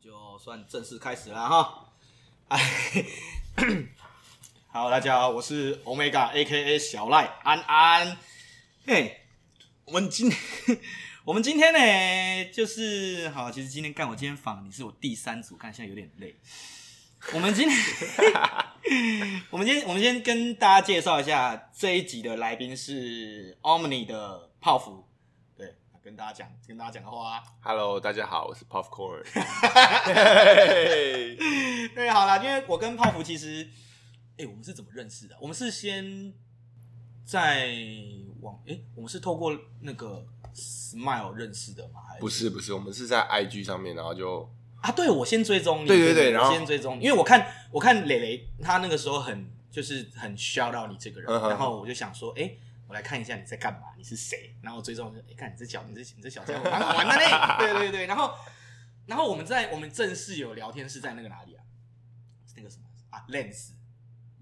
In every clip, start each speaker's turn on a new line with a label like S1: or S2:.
S1: 就算正式开始了哈。哎， 好，大家好，我是 Omega A K A 小赖安安。嘿，我们今 我们今天呢，就是好，其实今天干我今天访你是我第三组，看现在有点累。我们今天我们今天我们 先跟大家介绍一下这一集的来宾是 Omni 的泡芙。对，跟大家讲，跟大家讲的话、啊
S2: Hello，大家好，我是 Popcorn。
S1: 对，好啦，因为我跟泡芙其实，哎、我们是怎么认识的？我们是先在网，哎、我们是透过那个 Smile 认识的吗？还
S2: 不是不是，我们是在 IG 上面，然后就
S1: 啊，对，我先追踪你，
S2: 对对对然
S1: 我
S2: 后
S1: 先追踪你，因为我看我看磊磊他那个时候很就是很 shout 到你这个人，
S2: 嗯哼
S1: 然后我就想说，哎、我来看一下你在干嘛，你是谁？然后我追踪，哎、看你这小，你这你这小家伙蛮好玩的嘞。 对对对，然后然后我们在我们正式有聊天是在那个哪里啊？是那个什么啊？Lens。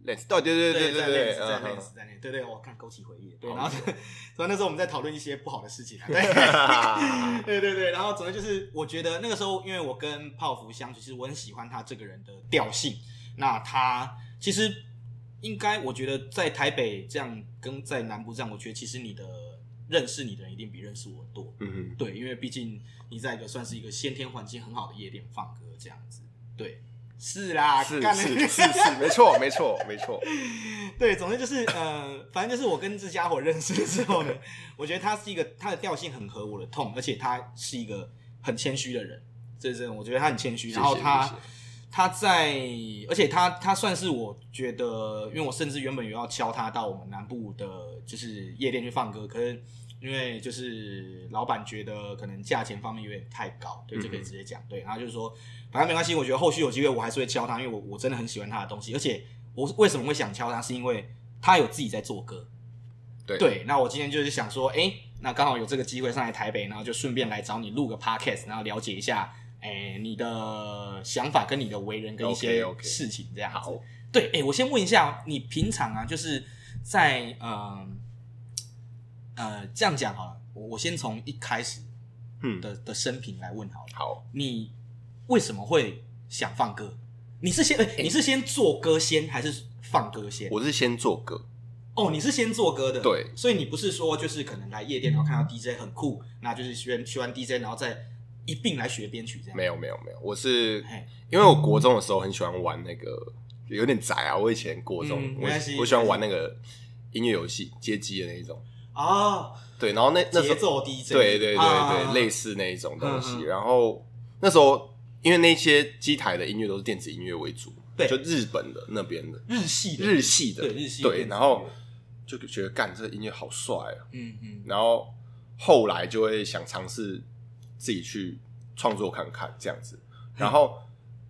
S2: Lens，对对对
S1: 在
S2: 对对，
S1: 在
S2: 嗯
S1: Lens 在 Lens，对对，我看勾起回忆了。对，
S2: 好
S1: 然后 所以那时候我们在讨论一些不好的事 情啊。对，
S2: 嗯啊
S1: 对对对，然后总之就是，我觉得那个时候，因为我跟泡芙相处，其实我很喜欢他这个人的调性。那他其实应该，我觉得在台北这样跟在南部这样，我觉得其实你的认识你的人一定比认识我多。
S2: 嗯
S1: 对，因为毕竟你在一个算是一个先天环境很好的夜店放歌这样子。对，是啦，
S2: 哼，是
S1: 干
S2: 是 是是，没错没错没错，
S1: 对，总之就是呃，反正就是我跟这家伙认识之后呢，我觉得他是一个他的调性很合我的痛，而且他是一个很谦虚的人，这是我觉得他很谦虚。
S2: 谢谢
S1: 然后他
S2: 谢谢
S1: 他在，而且他他算是我觉得，因为我甚至原本有要敲他到我们南部的，就是夜店去放歌，可是因为就是老板觉得可能价钱方面有点太高，对，
S2: 嗯哼
S1: 这可以直接讲，对，然后就是说，反正没关系，我觉得后续有机会我还是会敲他，因为我我真的很喜欢他的东西，而且我为什么会想敲他，是因为他有自己在做歌，
S2: 对
S1: 对，那我今天就是想说，哎、那刚好有这个机会上来台北，然后就顺便来找你录个 podcast，然后了解一下，哎、你的想法跟你的为人跟一些
S2: OK，OK
S1: 事情这样子。
S2: 好，
S1: 对，哎、我先问一下，你平常啊，就是在呃呃这样讲好了，我我先从一开始
S2: 嗯
S1: 的的生平来问好了，
S2: 好，
S1: 你为什么会想放歌？你是先、哎你是先做歌先，还是放歌先？
S2: 我是先做歌，
S1: 哦，你是先做歌的，
S2: 对
S1: 所以你不是说就是可能来夜店，然后看到 DJ 很酷，那就是学学完 DJ，然后再一并来学编曲这样。
S2: 没有没有没有，我是
S1: 嘿，
S2: 因为我国中的时候很喜欢玩那个，有点宅啊，我以前国中
S1: 嗯没
S2: 我
S1: 关系
S2: 我喜欢玩那个音乐游戏街机的那一种，
S1: 哦，
S2: 对，然后那那时
S1: 节
S2: 候
S1: 奏 DJ，
S2: 对对对
S1: 啊
S2: 对，类
S1: 似，
S2: 似那一种东西。
S1: 嗯嗯
S2: 然后那时候，因为那些机台的音乐都是电子音乐为主，
S1: 对
S2: 就日本的那边的
S1: 日系的，
S2: 日系的，
S1: 对日系的电子音乐
S2: 然后就觉得干这音乐好帅啊。
S1: 嗯嗯，
S2: 然后后来就会想尝试自己去创作看看这样子。然后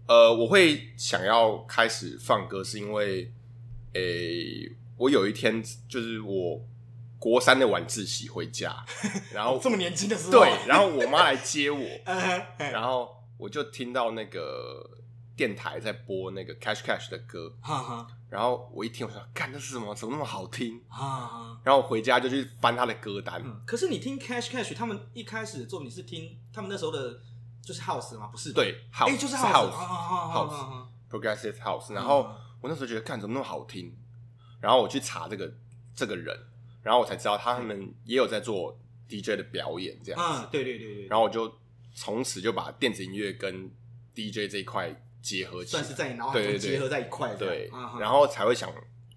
S2: 呃，我会想要开始放歌，是因为诶、我有一天就是我。国三的晚自习 回家，然后
S1: 哦这么年轻的时候，
S2: 对，然后我妈来接我，
S1: 呃，嘿
S2: 然后我就听到那个电台在播那个 Cash Cash 的歌，
S1: 哈哈
S2: 然后我一听，我想，干这是什么？怎么那么好听？
S1: 哈哈。
S2: 然后我回家就去翻他的歌单，
S1: 嗯可是你听 Cash Cash 他们一开始的作品是听他们那时候的，就是 House 吗？不是，，
S2: 对，House，
S1: 哎，就是 House，啊嗯啊啊啊
S2: House，House
S1: 啊
S2: Progressive House。然后我那时候觉得，干怎么那么好听？然后我去查这个这个人，然后我才知道他们也有在做 DJ 的表演这样
S1: 啊
S2: 子。
S1: 啊，对对对对，
S2: 然
S1: 后
S2: 后我就从此就把电子音乐跟 DJ 这一块结合起来
S1: 算，是在你脑海中
S2: 对对对
S1: 结合在一块这样，
S2: 对
S1: 啊哈，
S2: 然后才会想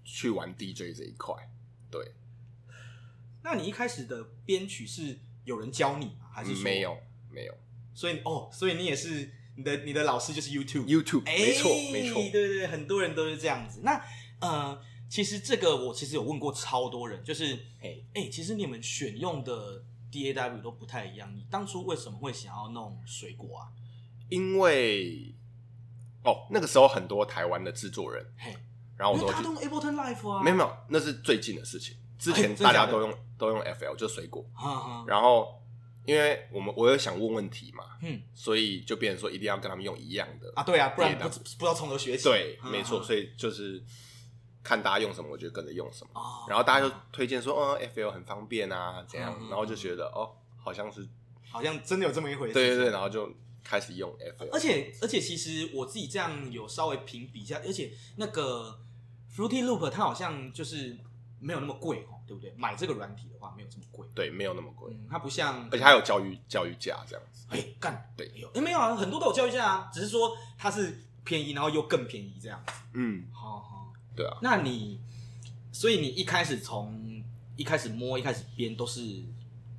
S2: 去玩 DJ 这一块。对，
S1: 那你一开始的编曲是有人教你吗？还啊是说
S2: 嗯没？有没有
S1: 所以哦，所以你也是你的你的老师就是 YouTube，
S2: YouTube，
S1: 哎
S2: 没错没错
S1: 对，对对，很多人都是这样子。那呃，其实这个我其实有问过超多人，就是哎哎、其实你们选用的 DAW 都不太一样，你当初为什么会想要弄水果啊？
S2: 因为哦那个时候很多台湾的制作人，
S1: 嘿，
S2: 然后我
S1: 因
S2: 都
S1: 为
S2: 去
S1: 他，用 Ableton Live 啊，
S2: 没有没有，那是最近的事情，之
S1: 哎
S2: 前
S1: 真的
S2: 大
S1: 假
S2: 家
S1: 的
S2: 都用都用 FL 就水果，
S1: 哈哈，
S2: 然后因为我们我有想问问题嘛，
S1: 嗯
S2: 所以就变成说一定要跟他们用一样的
S1: 啊，对啊，不然不
S2: DAW
S1: 不知道从何学起。
S2: 对，
S1: 哈
S2: 没错，
S1: 哈
S2: 所以就是看大家用什么，我就跟着用什么。
S1: 哦
S2: 然后大家就推荐说，嗯，FL 很方便啊，怎样
S1: 嗯嗯，
S2: 然后就觉得哦，好像是
S1: 好像真的有这么一回事。
S2: 对对对，然后就开始用 FL，
S1: 而且而且，其实我自己这样有稍微评比一下，而且那个 Fruity Loop 它好像就是没有那么贵哦，对不对？买这个软体的话没有这么贵，
S2: 对没有那么贵，
S1: 嗯，它不像，
S2: 而且还有教育教育价这样子，
S1: 哎干，
S2: 对
S1: 哎呦，哎没有啊，很多都有教育价啊，只是说它是便宜，然后又更便宜这样子。
S2: 嗯，
S1: 好好，
S2: 对啊，
S1: 那你所以你一开始从一开始摸一开始编都是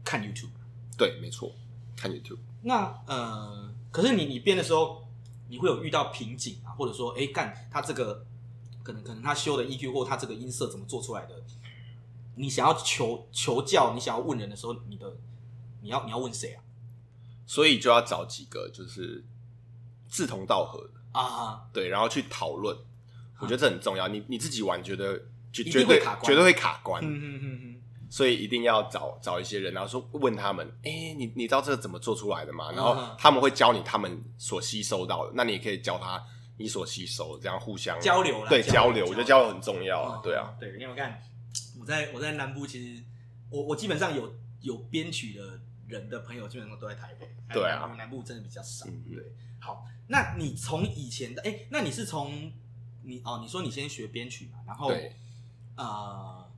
S1: 看 YouTube，
S2: 对，没错，看 YouTube，
S1: 那呃，可是你你编的时候，你会有遇到瓶颈啊，或者说，哎，干他这个可能可能他修的 EQ 或他这个音色怎么做出来的？你想要求求教，你想要问人的时候，你的你要你要问谁啊？
S2: 所以就要找几个就是志同道合的，
S1: 啊，
S2: 对，然后去讨论，我觉得这很重要。你你自己玩，觉得绝
S1: 一定
S2: 绝对
S1: 会卡关
S2: 绝对会卡关，
S1: 嗯嗯嗯
S2: 所以一定要找找一些人，然后说问他们，哎、你你知道这个怎么做出来的吗？然后
S1: 嗯
S2: 他们会教你他们所吸收到的，那你也可以教他你所吸收的，这样互相
S1: 嗯，交流啦，
S2: 对交流，
S1: 流，
S2: 我觉得交流很重要啊
S1: 嗯，
S2: 对啊，，
S1: 对，因为我看我在我在南部，其实我我基本上有有编曲的人的朋友，基本上都在台北，
S2: 对啊
S1: 南部南部真的比较少。
S2: 嗯嗯
S1: 对，好，那你从以前的，哎、那你是从你哦，你说你先学编曲嘛，然后
S2: 对
S1: 呃，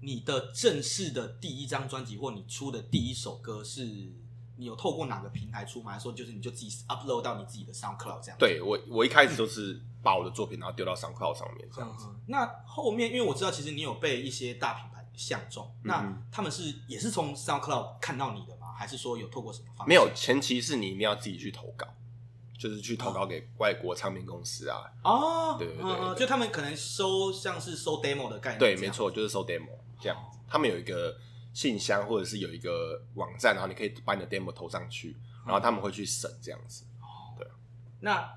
S1: 你的正式的第一张专辑或你出的第一首歌是，你有透过哪个平台出吗？还是说就是你就自己 upload 到你自己的 SoundCloud 这样？
S2: 对我我一开始都是把我的作品然后丢到 SoundCloud 上面这样
S1: 嗯
S2: 子，
S1: 嗯，那后面因为我知道，其实你有被一些大品牌相中，
S2: 嗯
S1: 那他们是也是从 SoundCloud 看到你的吗？还是说有透过什么方式？
S2: 没有前提是你一定要自己去投稿，就是去投稿给外国唱片公司啊，
S1: 哦，
S2: 对对对
S1: 嗯嗯
S2: 对
S1: 就他们可能收像是收 demo 的概念，
S2: 对，没，错，就是收 demo 这样子。他们有一个信箱或者是有一个网站，然后你可以把你的 demo 投上去，然后他们会去审这样子。
S1: 那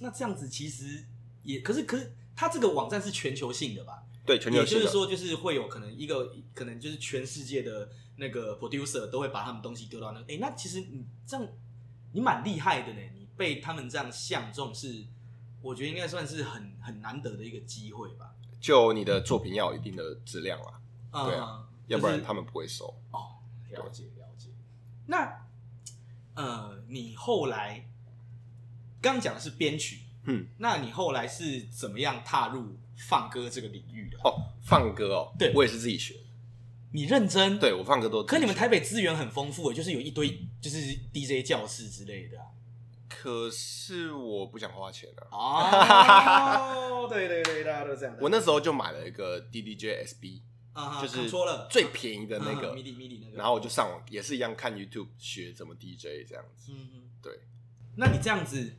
S1: 那这样子其实也，可是可是它这个网站是全球性的吧？
S2: 对，全球
S1: 也就
S2: 性
S1: 是
S2: 的，
S1: 说，就是会有可能一个可能就是全世界的那个 producer 都会把他们东西丢到那个。哎、那其实你这样，你蛮厉害的呢。你被他们这样相中是，我觉得应该算是很很难得的一个机会吧。
S2: 就你的作品要有一定的质量啦，
S1: 嗯、
S2: 对啊
S1: 就
S2: 要
S1: 是
S2: 不然他们不会收。
S1: 哦，了解了解。那呃，你后来刚讲的是编曲，
S2: 嗯，
S1: 那你后来是怎么样踏入放歌这个领域的？
S2: 哦，放歌哦，
S1: 对
S2: 我也是自己学的，
S1: 你认真
S2: 对我放歌都自己学。
S1: 可你们台北资源很丰富耶，欸就是有一堆就是 DJ 教室之类的
S2: 可是我不想花钱啊，
S1: 啊。哦，对对对，大家都这样
S2: 我那时候就买了一个 DDJ SB，
S1: 啊
S2: 就是
S1: 说了啊嗯
S2: 最便宜的那个
S1: 迷，你迷你那个，
S2: 然后我就上网也是一样看 YouTube 学怎么 DJ 这样子。
S1: 嗯嗯，
S2: 对。
S1: 那你这样子，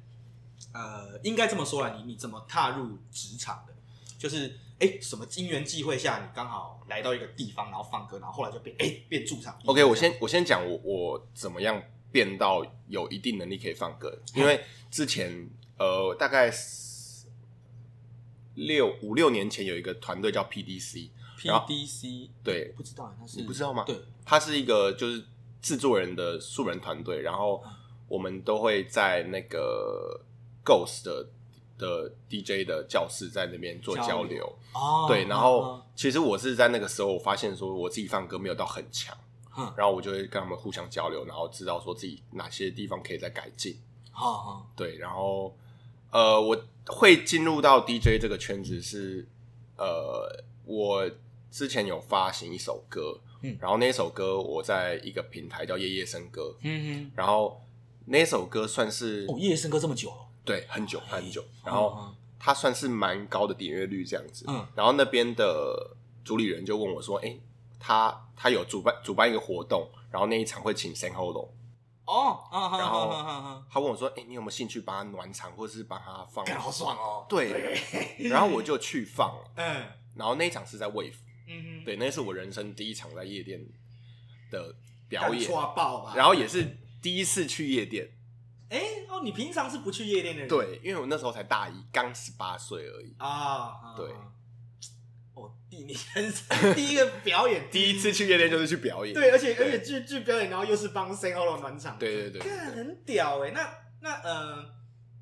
S1: 呃，应该这么说啦，你你怎么踏入职场的？就是哎，什么因缘际会下，你刚好来到一个地方，然后放歌，然后后来就变哎变驻场 DJ。
S2: OK，我先我先讲我我怎么样变到有一定能力可以放歌，因为之前呃大概四六五六年前有一个团队叫 PDC，然后
S1: PDC
S2: 对
S1: 不知道那是
S2: 你不知道吗
S1: 对，
S2: 它是一个就是制作人的素人团队，然后我们都会在那个 Ghost 的的 DJ 的教室在那边做
S1: 交
S2: 交
S1: 流
S2: 流，
S1: 哦，
S2: 对，然后
S1: 嗯
S2: 其实我是在那个时候，我发现说我自己放歌没有到很强
S1: 哼，
S2: 然后我就会跟他们互相交流，然后知道说自己哪些地方可以再改进。
S1: 嗯好好
S2: 对，然后呃，我会进入到 DJ 这个圈子是呃，我之前有发行一首歌，
S1: 嗯
S2: 然后那首歌我在一个平台叫夜夜笙歌，
S1: 嗯
S2: 然后那首歌算是、
S1: 哼，哦，夜笙歌这么久了，
S2: 对很久很久，然后。
S1: 嗯
S2: 它算是蛮高的点阅率这样子。
S1: 嗯
S2: 然后那边的主理人就问我说：“哎、他他有主办主办一个活动，然后那一场会请 San Holo，
S1: 哦，啊哈
S2: 然后
S1: 哈哈哈
S2: 他问我说：‘哎、你有没有兴趣帮他暖场，或是帮他放？’
S1: 干好爽哦！
S2: 对，然后我就去放了。
S1: 嗯
S2: 然后那一场是在 Wave，
S1: 嗯哼，
S2: 对，那是我人生第一场在夜店的表演，
S1: 刷爆吧。
S2: 然后也是第一次去夜店。
S1: 哎、哦，你平常是不去夜店的人？
S2: 对，因为我那时候才大一，刚十八岁而已，
S1: 啊啊，
S2: 对
S1: 啊哦，第你人生 第一个表演，
S2: 第一次去夜店就是去表演。
S1: 对，而且而且去去表演，然后又是帮 s a n o l o 暖场，
S2: 对对对对
S1: 干很屌哎、那那呃，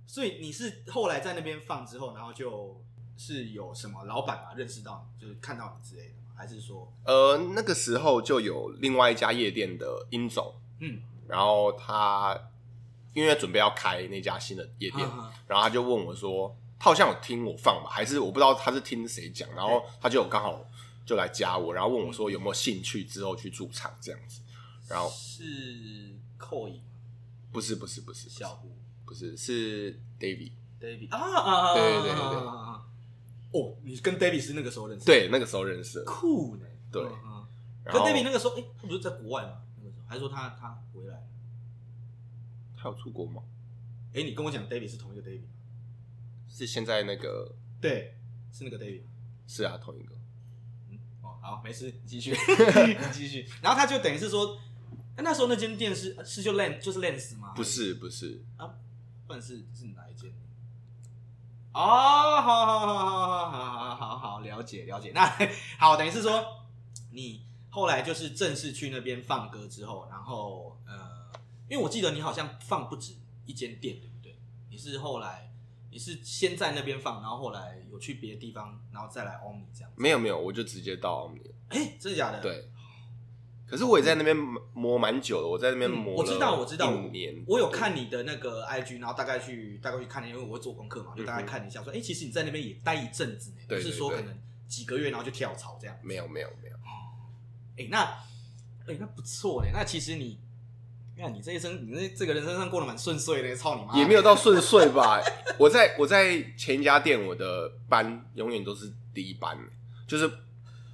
S1: 所以你是后来在那边放之后，然后就是有什么老板嘛认识到你，就是看到你之类的吗？还是说，
S2: 呃，那个时候就有另外一家夜店的殷总，
S1: 嗯，
S2: 然后他因为准备要开那家新的夜店，
S1: 嗯嗯
S2: 然后他就问我说，他好像有听我放吧，还是我不知道他是听谁讲，然后他就有刚好就来加我，然后问我说有没有兴趣之后去驻场这样子，然后
S1: 是扣影
S2: 不是不是不是不是
S1: 小胡
S2: 不是是 David，
S1: David 啊啊啊啊！
S2: 对对对
S1: 啊
S2: 对
S1: 啊啊啊哦，你跟 David 是那个时候认识的，
S2: 对，那个时候认识的，
S1: 酷呢。
S2: 对
S1: 嗯嗯
S2: 然
S1: 可
S2: 后
S1: David 那个时候，哎，他不是在国外吗？那个时候还是说他他回来了？
S2: 他有出国吗？
S1: 哎，你跟我讲 David 是同一个 David 吗
S2: 是现在那个
S1: 对，是那个 David。
S2: 是啊，同一个，
S1: 哦，好，没事，你继 续，你继续。然后他就等于是说，哎那时候那间店是是就 Lens 就是 Lens 吗？
S2: 不是不是，
S1: 啊，不然是是哪一间？哦，好好好好好好好好好，了解了解。 那好，等于是说你后来就是正式去那边放歌之后，然后呃，因为我记得你好像放不止一间店，对不对？你是后来你是先在那边放，然后后来有去别的地方，然后再来 Omni 这样子。
S2: 没有没有，我就直接到你。
S1: 哎，真的假的？，
S2: 对，可是我也在那边磨蛮久了，我在那边
S1: 嗯
S2: 磨、
S1: 我知道，我知道，
S2: 五年，
S1: 我有看你的那个 IG，然后大概去大概去看了，因为我会做功课嘛，就大概
S2: 嗯哼
S1: 看了一下，说，哎、其实你在那边也待一阵子呢，
S2: 对
S1: 不
S2: 对
S1: 是说
S2: 对
S1: 可能几个月然后就跳槽这样。
S2: 没有没有没有，
S1: 哎、那，哎、那不错呢。那其实你，看你这一生，你这这个人生上过得蛮顺遂的，操你妈！
S2: 也没有到顺遂吧。我在我在前一家店，我的班永远都是第一班，就是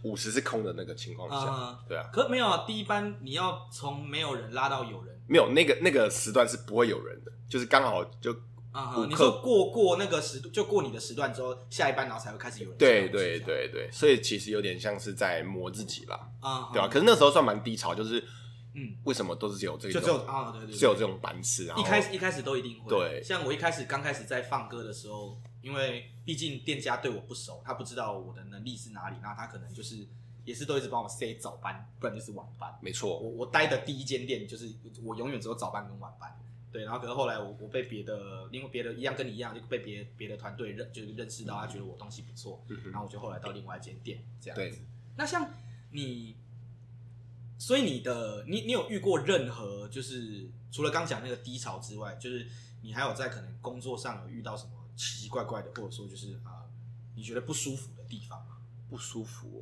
S2: 五十是空的那个情况下，
S1: 啊
S2: 对啊，
S1: 可没有啊，第一班你要从没有人拉到有人
S2: 没有那个那个时段是不会有人的，就是刚好就
S1: 啊哈、
S2: 顾客
S1: 你说过过那个时，就过你的时段之后，下一班然后才会开始有人。
S2: 对对，对对，所以其实有点像是在磨自己啦，
S1: 啊、
S2: 对吧、可是那时候算蛮低潮，就是
S1: 嗯，
S2: 为什么都是只有这
S1: 就只有
S2: 种，
S1: 啊，对对对，
S2: 只有这种班次，然后
S1: 一开始一开始都一定会。
S2: 对
S1: 像我一开始刚开始在放歌的时候，因为毕竟店家对我不熟，他不知道我的能力是哪里，那他可能就是也是都一直帮我塞早班，不然就是晚班。
S2: 没错
S1: 我，我待的第一间店就是我永远只有早班跟晚班。对，然后可是后来我我被别的，因为别的一样跟你一样，就被别别的团队认就是认识到，他觉得我东西不错，
S2: 嗯哼
S1: 然后我就后来到另外一间店这样
S2: 对
S1: 子。那像你，所以你的你你有遇过任何就是除了刚讲那个低潮之外，就是你还有在可能工作上有遇到什么奇奇怪怪的，或者说就是啊、呃你觉得不舒服的地方吗？
S2: 不舒服哦、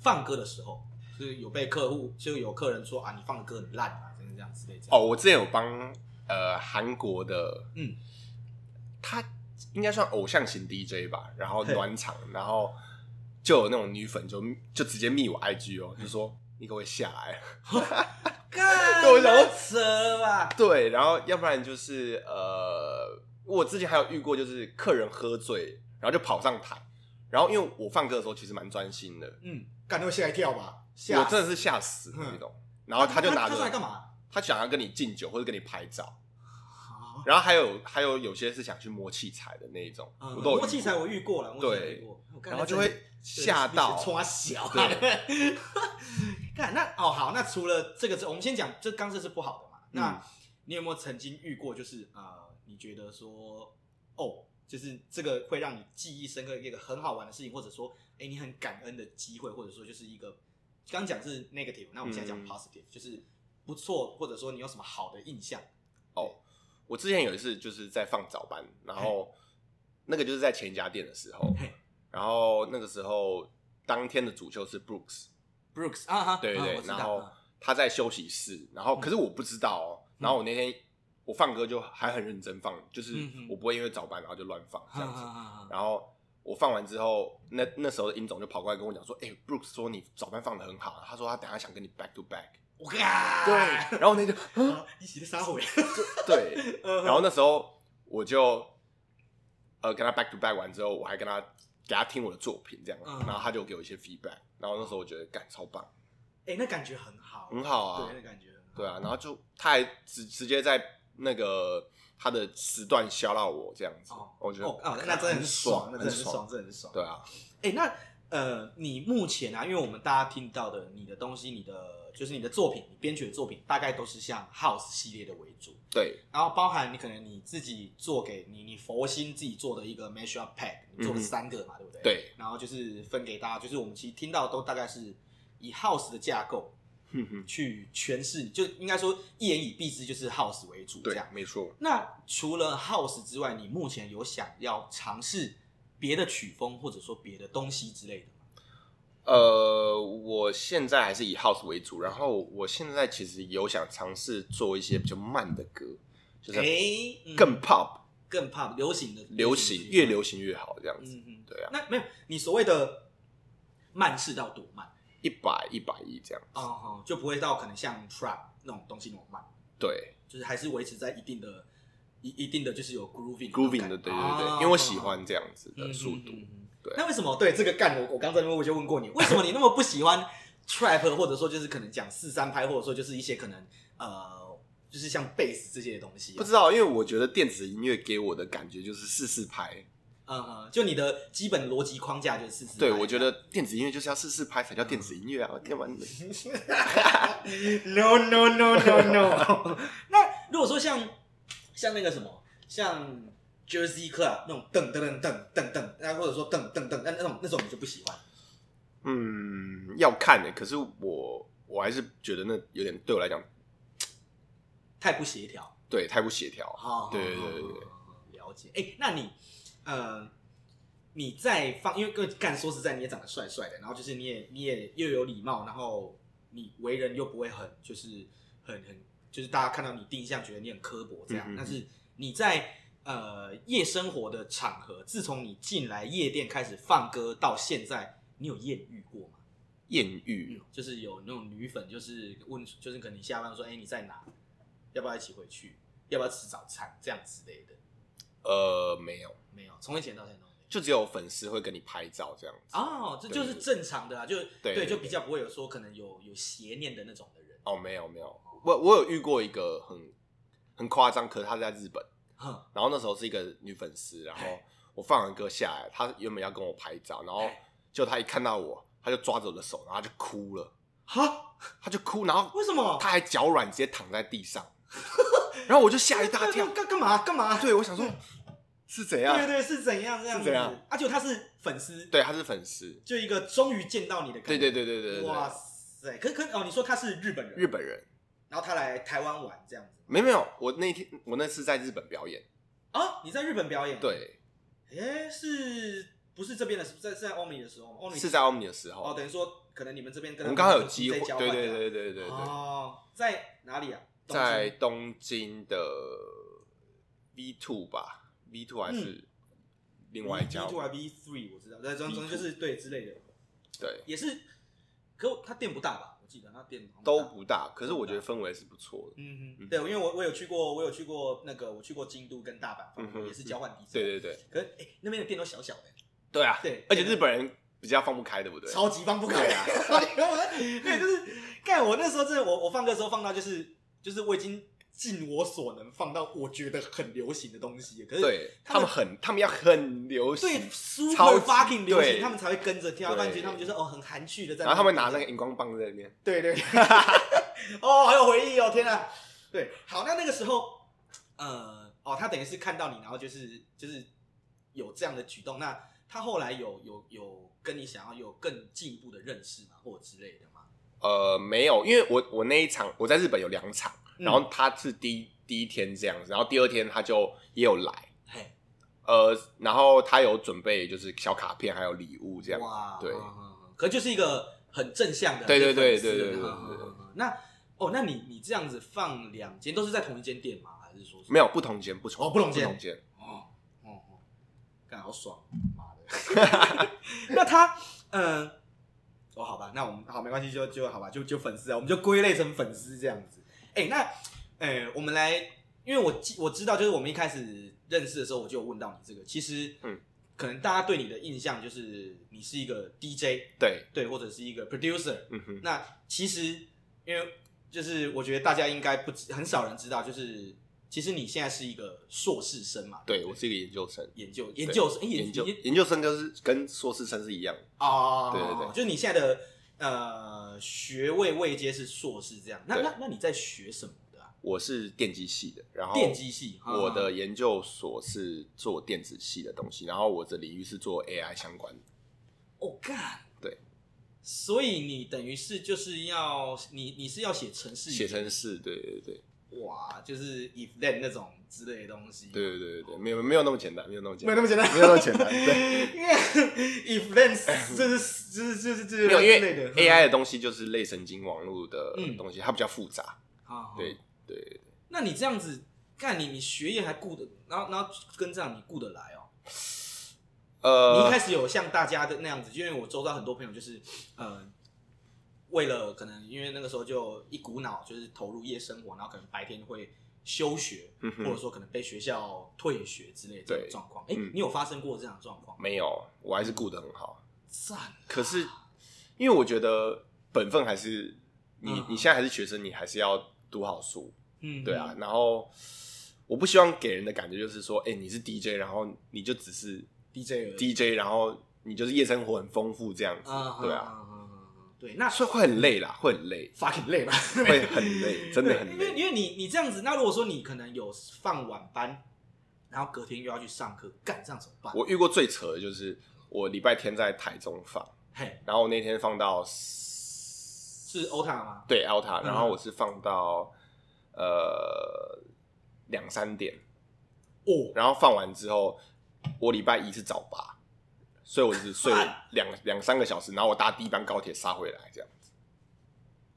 S1: 放歌的时候，就是有被客户就有客人说啊，你放的歌很烂啊，真的这样之类这样。
S2: 哦，我之前有帮呃韩国的，
S1: 嗯，
S2: 他应该算偶像型 DJ 吧，然后
S1: 嘿
S2: 暖场，然后就有那种女粉就就直接密我 IG
S1: 嗯
S2: 哦，就说你可不可以下来？
S1: 干
S2: 对我想说
S1: 那扯了吧，
S2: 对，然后要不然就是呃，我之前还有遇过，就是客人喝醉，然后就跑上台，然后因为我放歌的时候其实蛮专心的，
S1: 嗯，干会吓一跳吧，吓
S2: 我
S1: 死
S2: 真的是吓死那种，然
S1: 他
S2: 后他就拿
S1: 他上来干
S2: 着，
S1: 嘛？
S2: 他想要跟你敬酒或者跟你拍照。
S1: 好
S2: 然后还有还有有些是想去摸器材的那一种，
S1: 嗯
S2: 我都有
S1: 摸器材我遇过了，摸器材
S2: 对
S1: 遇过，我干
S2: 然后
S1: 那
S2: 就
S1: 真的
S2: 会吓到
S1: 对。冲他小、啊。
S2: 对
S1: 看那哦好，那除了这个之，我们先讲这刚这是不好的嘛。那、
S2: 嗯
S1: 你有没有曾经遇过，就是呃，你觉得说哦，就是这个会让你记忆深刻一个很好玩的事情，或者说哎、你很感恩的机会，或者说就是一个刚讲是 negative，那我们现在讲
S2: 嗯
S1: positive，、就是不错，或者说你有什么好的印象？
S2: 哦我之前有一次就是在放早班，然后那个就是在前一家店的时候
S1: 嘿，
S2: 然后那个时候当天的主修是 Brooks，
S1: Brooks 啊哈，
S2: 对
S1: 啊嗯
S2: 对
S1: 我
S2: 对，
S1: 知
S2: 然
S1: 道
S2: 后他在休息室，然后可是我不知道哦，然后我那天我放歌就还很认真放，就是
S1: 嗯嗯
S2: 我不会因为早班然后就乱放这样子，
S1: 啊
S2: 然后我放完之后，那那时候的殷总就跑过来跟我讲说：“哎、b r o o k s 说你早班放的很好，他说他等一下想跟你 back to back。
S1: 我嘎，”
S2: 对，然后那就
S1: 啊，一起杀 回，
S2: 对，
S1: 呃
S2: 然后那时候我就呃跟他 back to back 完之后，我还跟他给他听我的作品这样，
S1: 嗯
S2: 然后他就给我一些 feedback，然后那时候我觉得干超棒，
S1: 哎、那感觉很好，
S2: 很好啊
S1: 对，，那感觉很好。
S2: 对啊，然后就他还直直接在那个他的时段消到我这样子，
S1: 哦
S2: 我觉得
S1: 哦哦，那真的很爽，那真
S2: 很
S1: 的很爽，
S2: 爽，
S1: 真的很爽。
S2: 对啊，
S1: 哎、那呃，你目前啊，因为我们大家听到的你的东西，你的就是你的作品，你编曲的作品，大概都是像 House 系列的为主，
S2: 对，
S1: 然后包含你可能你自己做给你你佛心自己做的一个 Mesh Up Pack，你做了
S2: 嗯哼
S1: 三个嘛，对不对？
S2: 对。
S1: 然后就是分给大家，就是我们其实听到的都大概是以 House 的架构，
S2: 哼嗯哼，
S1: 去诠释你，就应该说一言以蔽之，就是 house 为主这
S2: 对
S1: 样。，
S2: 没错。
S1: 那除了 house 之外，你目前有想要尝试别的曲风，或者说别的东西之类的吗？
S2: 呃，我现在还是以 house 为主，然后我现在其实有想尝试做一些比较慢的歌，就是
S1: 诶，嗯
S2: 更 pop
S1: 更 pop 流行的
S2: 流行，
S1: 曲
S2: 越流行越好这样子。
S1: 嗯嗯，
S2: 对啊，
S1: 那没有你所谓的慢是到多慢？
S2: 一百一百一这样。
S1: 哦哦，就不会到可能像 trap 那种东西那么慢，
S2: 对
S1: 就是还是维持在一定的一一定的就是有 grooving 那
S2: ，grooving 的，
S1: 种
S2: 对对
S1: 感觉
S2: 对对，
S1: 哦
S2: 因为我喜欢这样子的
S1: 嗯
S2: 速
S1: 嗯
S2: 度。
S1: 嗯嗯
S2: 对
S1: 那为什么对这个干我我刚在那边我就问过你，为什么你那么不喜欢 trap，或者说就是可能讲四三拍，或者说就是一些可能呃，就是像 bass 这些东西、啊
S2: 不知
S1: 道，
S2: 道，因为我觉得电子音乐给我的感觉就是四四拍，
S1: 嗯嗯，就你的基本逻辑框架就是四四拍。嗯
S2: 对我觉得电子音乐就是要四四拍才叫电子音乐啊，要不然
S1: no no no no no。那 如果说像像那个什么，像 Jersey Club 那种噔噔噔噔噔噔，那或者说噔噔噔，那那种那种你就不喜欢。
S2: 嗯要看的、可是我我还是觉得那有点对我来讲，
S1: 太不协调。
S2: 对太不协调。
S1: 哦，
S2: 啊对对对对
S1: 对，了解。哎、那你呃，你在放，因为干说实在，你也长得帅帅的，然后就是你也你也又有礼貌，然后你为人又不会很就是很很就是大家看到你第一印象觉得你很刻薄这样，
S2: 嗯嗯嗯
S1: 但是你在。呃，夜生活的场合，自从你进来夜店开始放歌到现在，你有艳遇过吗？
S2: 艳遇，
S1: 就是有那种女粉，就是问，就是可能你下班说，哎、你在哪？要不要一起回去？要不要吃早餐？这样之类的，
S2: 呃，没有，
S1: 没有，从以前到现在都没有。
S2: 就只有粉丝会跟你拍照这样子。
S1: 哦，这
S2: 对
S1: 就是正常的啊，就
S2: 对对
S1: 就比较不会有说可能有有邪念的那种的人。
S2: 哦，没有没有，我我有遇过一个很很夸张，可是他是在日本，
S1: 哼，
S2: 然后那时候是一个女粉丝，然后
S1: 嘿
S2: 我放完歌下来，她原本要跟我拍照，然后
S1: 嘿
S2: 就她一看到我，她就抓着我的手，然后她就哭了，
S1: 哈，
S2: 她就哭，然后
S1: 为什么？
S2: 她还脚软，直接躺在地上， 然后我就吓一大跳
S1: 干，干干嘛干嘛？
S2: 对我想说是怎样
S1: 对？对，是怎样这样子？
S2: 是怎样
S1: 啊，就他是粉丝，，
S2: 对，她是粉丝，
S1: 就一个终于见到你的感觉。
S2: 对对对对对对
S1: 哇
S2: 对，
S1: 塞！可可哦，你说他是日本人，
S2: 日，本人，
S1: 然后他来台湾玩这样子
S2: 没有没有，我那天我那次在日本表演，
S1: 啊？你在日本表演？。
S2: 对，
S1: 哎，是不是这边的？是在是在欧米的时候吗？欧米
S2: 是在欧米的时
S1: 哦，
S2: 候，
S1: 等于说可能你们这边跟他
S2: 我们
S1: 们
S2: 刚好有
S1: 做
S2: 机会
S1: DJ，交换
S2: 对
S1: 的啊
S2: 对对对对对对。
S1: 哦，在哪里啊？东京
S2: 在东京的 V two 吧，V two 还是另外一家
S1: 嗯 V two 还 V three 我知道，对，总总之就是对之类的，
S2: 对，
S1: 也是，可我它店不大吧？我记得它店好像
S2: 都
S1: 大
S2: 不大，可是我觉得氛围是不错的。
S1: 嗯哼，
S2: 嗯
S1: 对，因为我我有去过，我有去过那个，我去过京都跟大阪
S2: 嗯
S1: 放，
S2: 哼
S1: 也是交换 DJ，
S2: 对对对，
S1: 可是哎那边的店都小小的，
S2: 对啊
S1: 对
S2: 而且日本人比较放不开，对不对？
S1: 超级放不开
S2: 对 啊
S1: 对，就是干我那时候真的，我我放歌的时候放到就是就是我已经尽我所能放到我觉得很流行的东西了，可是
S2: 对，
S1: 他
S2: 他
S1: 们
S2: 们很，他们要很流
S1: 对
S2: 行，
S1: super
S2: 超级
S1: fucking 流行，
S2: 对
S1: 他们才会跟着跳，
S2: 对
S1: 不然其实他们就是哦很含蓄的在。
S2: 然后他们拿那个，荧光棒在那边，
S1: 对对，对 哦，好有回忆哦，天哪！对，好，那那个时候，呃，哦，他等于是看到你，然后就是就是有这样的举动，那他后来有有有跟你想要有更进一步的认识吗，或者之类的吗？
S2: 呃，没有，因为我我那一场我在日本有两场，
S1: 嗯
S2: 然后他是第一第一天这样子，然后第二天他就也有来，
S1: 嘿，
S2: 呃，然后他有准备就是小卡片还有礼物这样，
S1: 哇，
S2: 对
S1: 嗯，嗯嗯可就是一个很正向的，
S2: 对对
S1: 很
S2: 对
S1: 粉丝的
S2: 对对对
S1: 嗯
S2: 对
S1: 嗯嗯嗯那哦，那你你这样子放两间都是在同一间店吗？还是说是
S2: 没有不同间，不同
S1: 哦不同间
S2: 不同间，
S1: 哦哦哦，干好爽，妈 的！那他，嗯、哦，好吧，那我们好没关系，就就好吧，就就粉丝啊，我们就归类成粉丝这样子。哎、那，哎、我们来，因为我记我知道，就是我们一开始认识的时候，我就有问到你这个，其实，
S2: 嗯，
S1: 可能大家对你的印象就是你是一个 DJ，
S2: 对，
S1: 对，或者是一个 producer，
S2: 嗯哼，
S1: 那其实，因为就是我觉得大家应该不知很少人知道，就是其实你现在是一个硕士生嘛，
S2: 对我是一个研究生，
S1: 研究研究生，诶
S2: 研
S1: 研
S2: 究
S1: 研
S2: 研究生就是跟硕士生是一样的，
S1: 哦，
S2: 对对对
S1: 就是你现在的呃学位位阶是硕士这样。那
S2: 对
S1: 那那你在学什么的啊？
S2: 我是电机系的，然后
S1: 电机系，啊
S2: 哦我的研究所是做电子系的东西，然后我的领域是做 AI 相关的，
S1: 哦干，
S2: 对，
S1: 所以你等于是就是要你你是要写城市语
S2: 写成是，对对对
S1: 哇，就是 if then 那种之类的东西。
S2: 对对对对，没有没有那么简单，没有那么简
S1: 没有那么
S2: 单，
S1: 简单，
S2: 没有那么简单，对，
S1: 因为 if then 就是就是就是就是
S2: 没有因
S1: 之类
S2: 为
S1: 的
S2: AI 的东西就是类神经网络的
S1: 嗯
S2: 东西，它比较复杂，
S1: 好，
S2: 对
S1: 好
S2: 对，
S1: 那你这样子干你你学业还顾得，然后然后跟这样你顾得来哦。你一
S2: 呃
S1: 开，始有像大家的那样子，就因为我周遭很多朋友就是，呃，为了可能因为那个时候就一股脑就是投入夜生活，然后可能白天会休学，
S2: 嗯
S1: 或者
S2: 哼，
S1: 说可能被学校退学之类的这种
S2: 对
S1: 状况。哎、
S2: 嗯
S1: 你有发生过这样的状况吗？
S2: 没有，我还是顾得很好，
S1: 赞啊，
S2: 可是因为我觉得本分还是你
S1: 嗯，
S2: 你现在还是学生，你还是要读好书，
S1: 嗯，
S2: 对啊，，然后我不希望给人的感觉就是说，哎，你是 DJ，然后你就只是
S1: ，DJ 而已
S2: DJ，然后你就是夜生活很丰富这样子，
S1: 啊，
S2: 对啊，
S1: 啊，嗯对，那
S2: 所以会很累啦，会很累，
S1: fucking 累吧，
S2: 会很 累，真的很
S1: 因为
S2: 累。
S1: 因为你你这样子，那如果说你可能有放晚班，然后隔天又要去上课，干这样怎么办？
S2: 我遇过最扯的就是我礼拜天在台中放，
S1: 嘿，
S2: 然后我那天放到 s-
S1: 是欧塔吗？
S2: 对 Alta，
S1: 嗯
S2: 然后我是放到呃两三点，
S1: 哦，
S2: 然后放完之后，我礼拜一是早八，所以我只睡两两三个小时，然后我搭第一班高铁杀回来，这样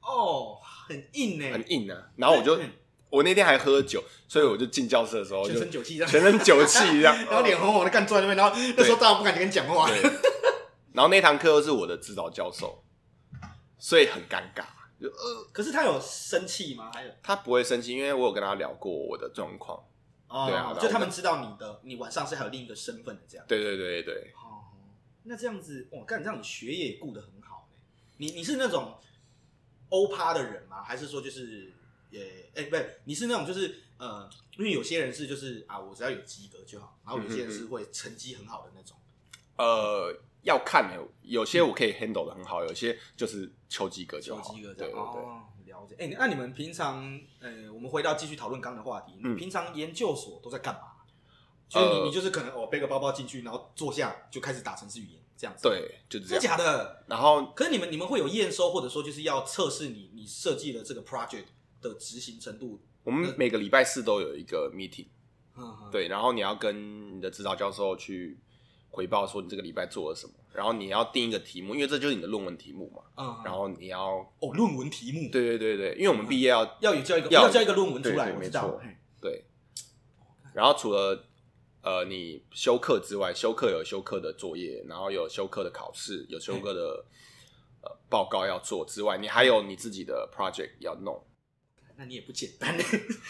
S1: 哦，很硬呢、
S2: 很硬啊。然后我就
S1: 嗯
S2: 我那天还喝酒，所以我就进教室的时哦候就
S1: 全身酒气这样，
S2: 全 身酒气这样，
S1: 然后脸红红的干坐在那边，然后那时候大家不敢跟你讲话。
S2: 对，然后那堂课又是我的指导教授，所以很尴尬。就呃，
S1: 可是他有生气吗？还有
S2: 他不会生气，因为我有跟他聊过我的状况。
S1: 哦
S2: 对啊
S1: 就他们知道你的，你晚上是还有另一个身份的这样。
S2: 对对对对，
S1: 哦，那这样子，哇，干这样你学业也顾得很好呢、你你是那种欧趴的人吗？还是说就是也哎、不是，你是那种就是呃，因为有些人是就是啊，我只要有及格就好，然后有些人是会成绩很好的那种。
S2: 呃，要看欸有些我可以 handle 的很好，有些就是求及格就
S1: 求
S2: 好。
S1: 及格这
S2: 对
S1: 样
S2: 对对，
S1: 哦，了解。哎、那你们平常，呃，我们回到继续讨论刚刚的话题，你
S2: 嗯
S1: 平常研究所都在干嘛？就是你，
S2: 呃
S1: 你就是可能哦，背个包包进去，然后坐下就开始打城市语言这样子。，
S2: 对，就是
S1: 真
S2: 这样。
S1: 假的？
S2: 然后
S1: 可是你们你们会有验收，或者说就是要测试你你设计的这个 project 的执行程度。
S2: 我们每个礼拜四都有一个 meeting，
S1: 嗯，嗯，
S2: 对，然后你要跟你的指导教授去回报说你这个礼拜做了什么，然后你要定一个题目，因为这就是你的论文题目嘛。
S1: 嗯，嗯
S2: 然后你要
S1: 哦，论文题目，，
S2: 对对对对，因为我们毕业要
S1: 要有交一个
S2: 要
S1: 要交一个论文出来，
S2: 对对
S1: 我
S2: 没
S1: 知道
S2: 错。
S1: 嘿
S2: 对，然后除了呃你修课之外，修课有修课的作业，然后有修课的考试，有修课的呃报告要做之外，你还有你自己的 project 要弄，
S1: 那你也不简单。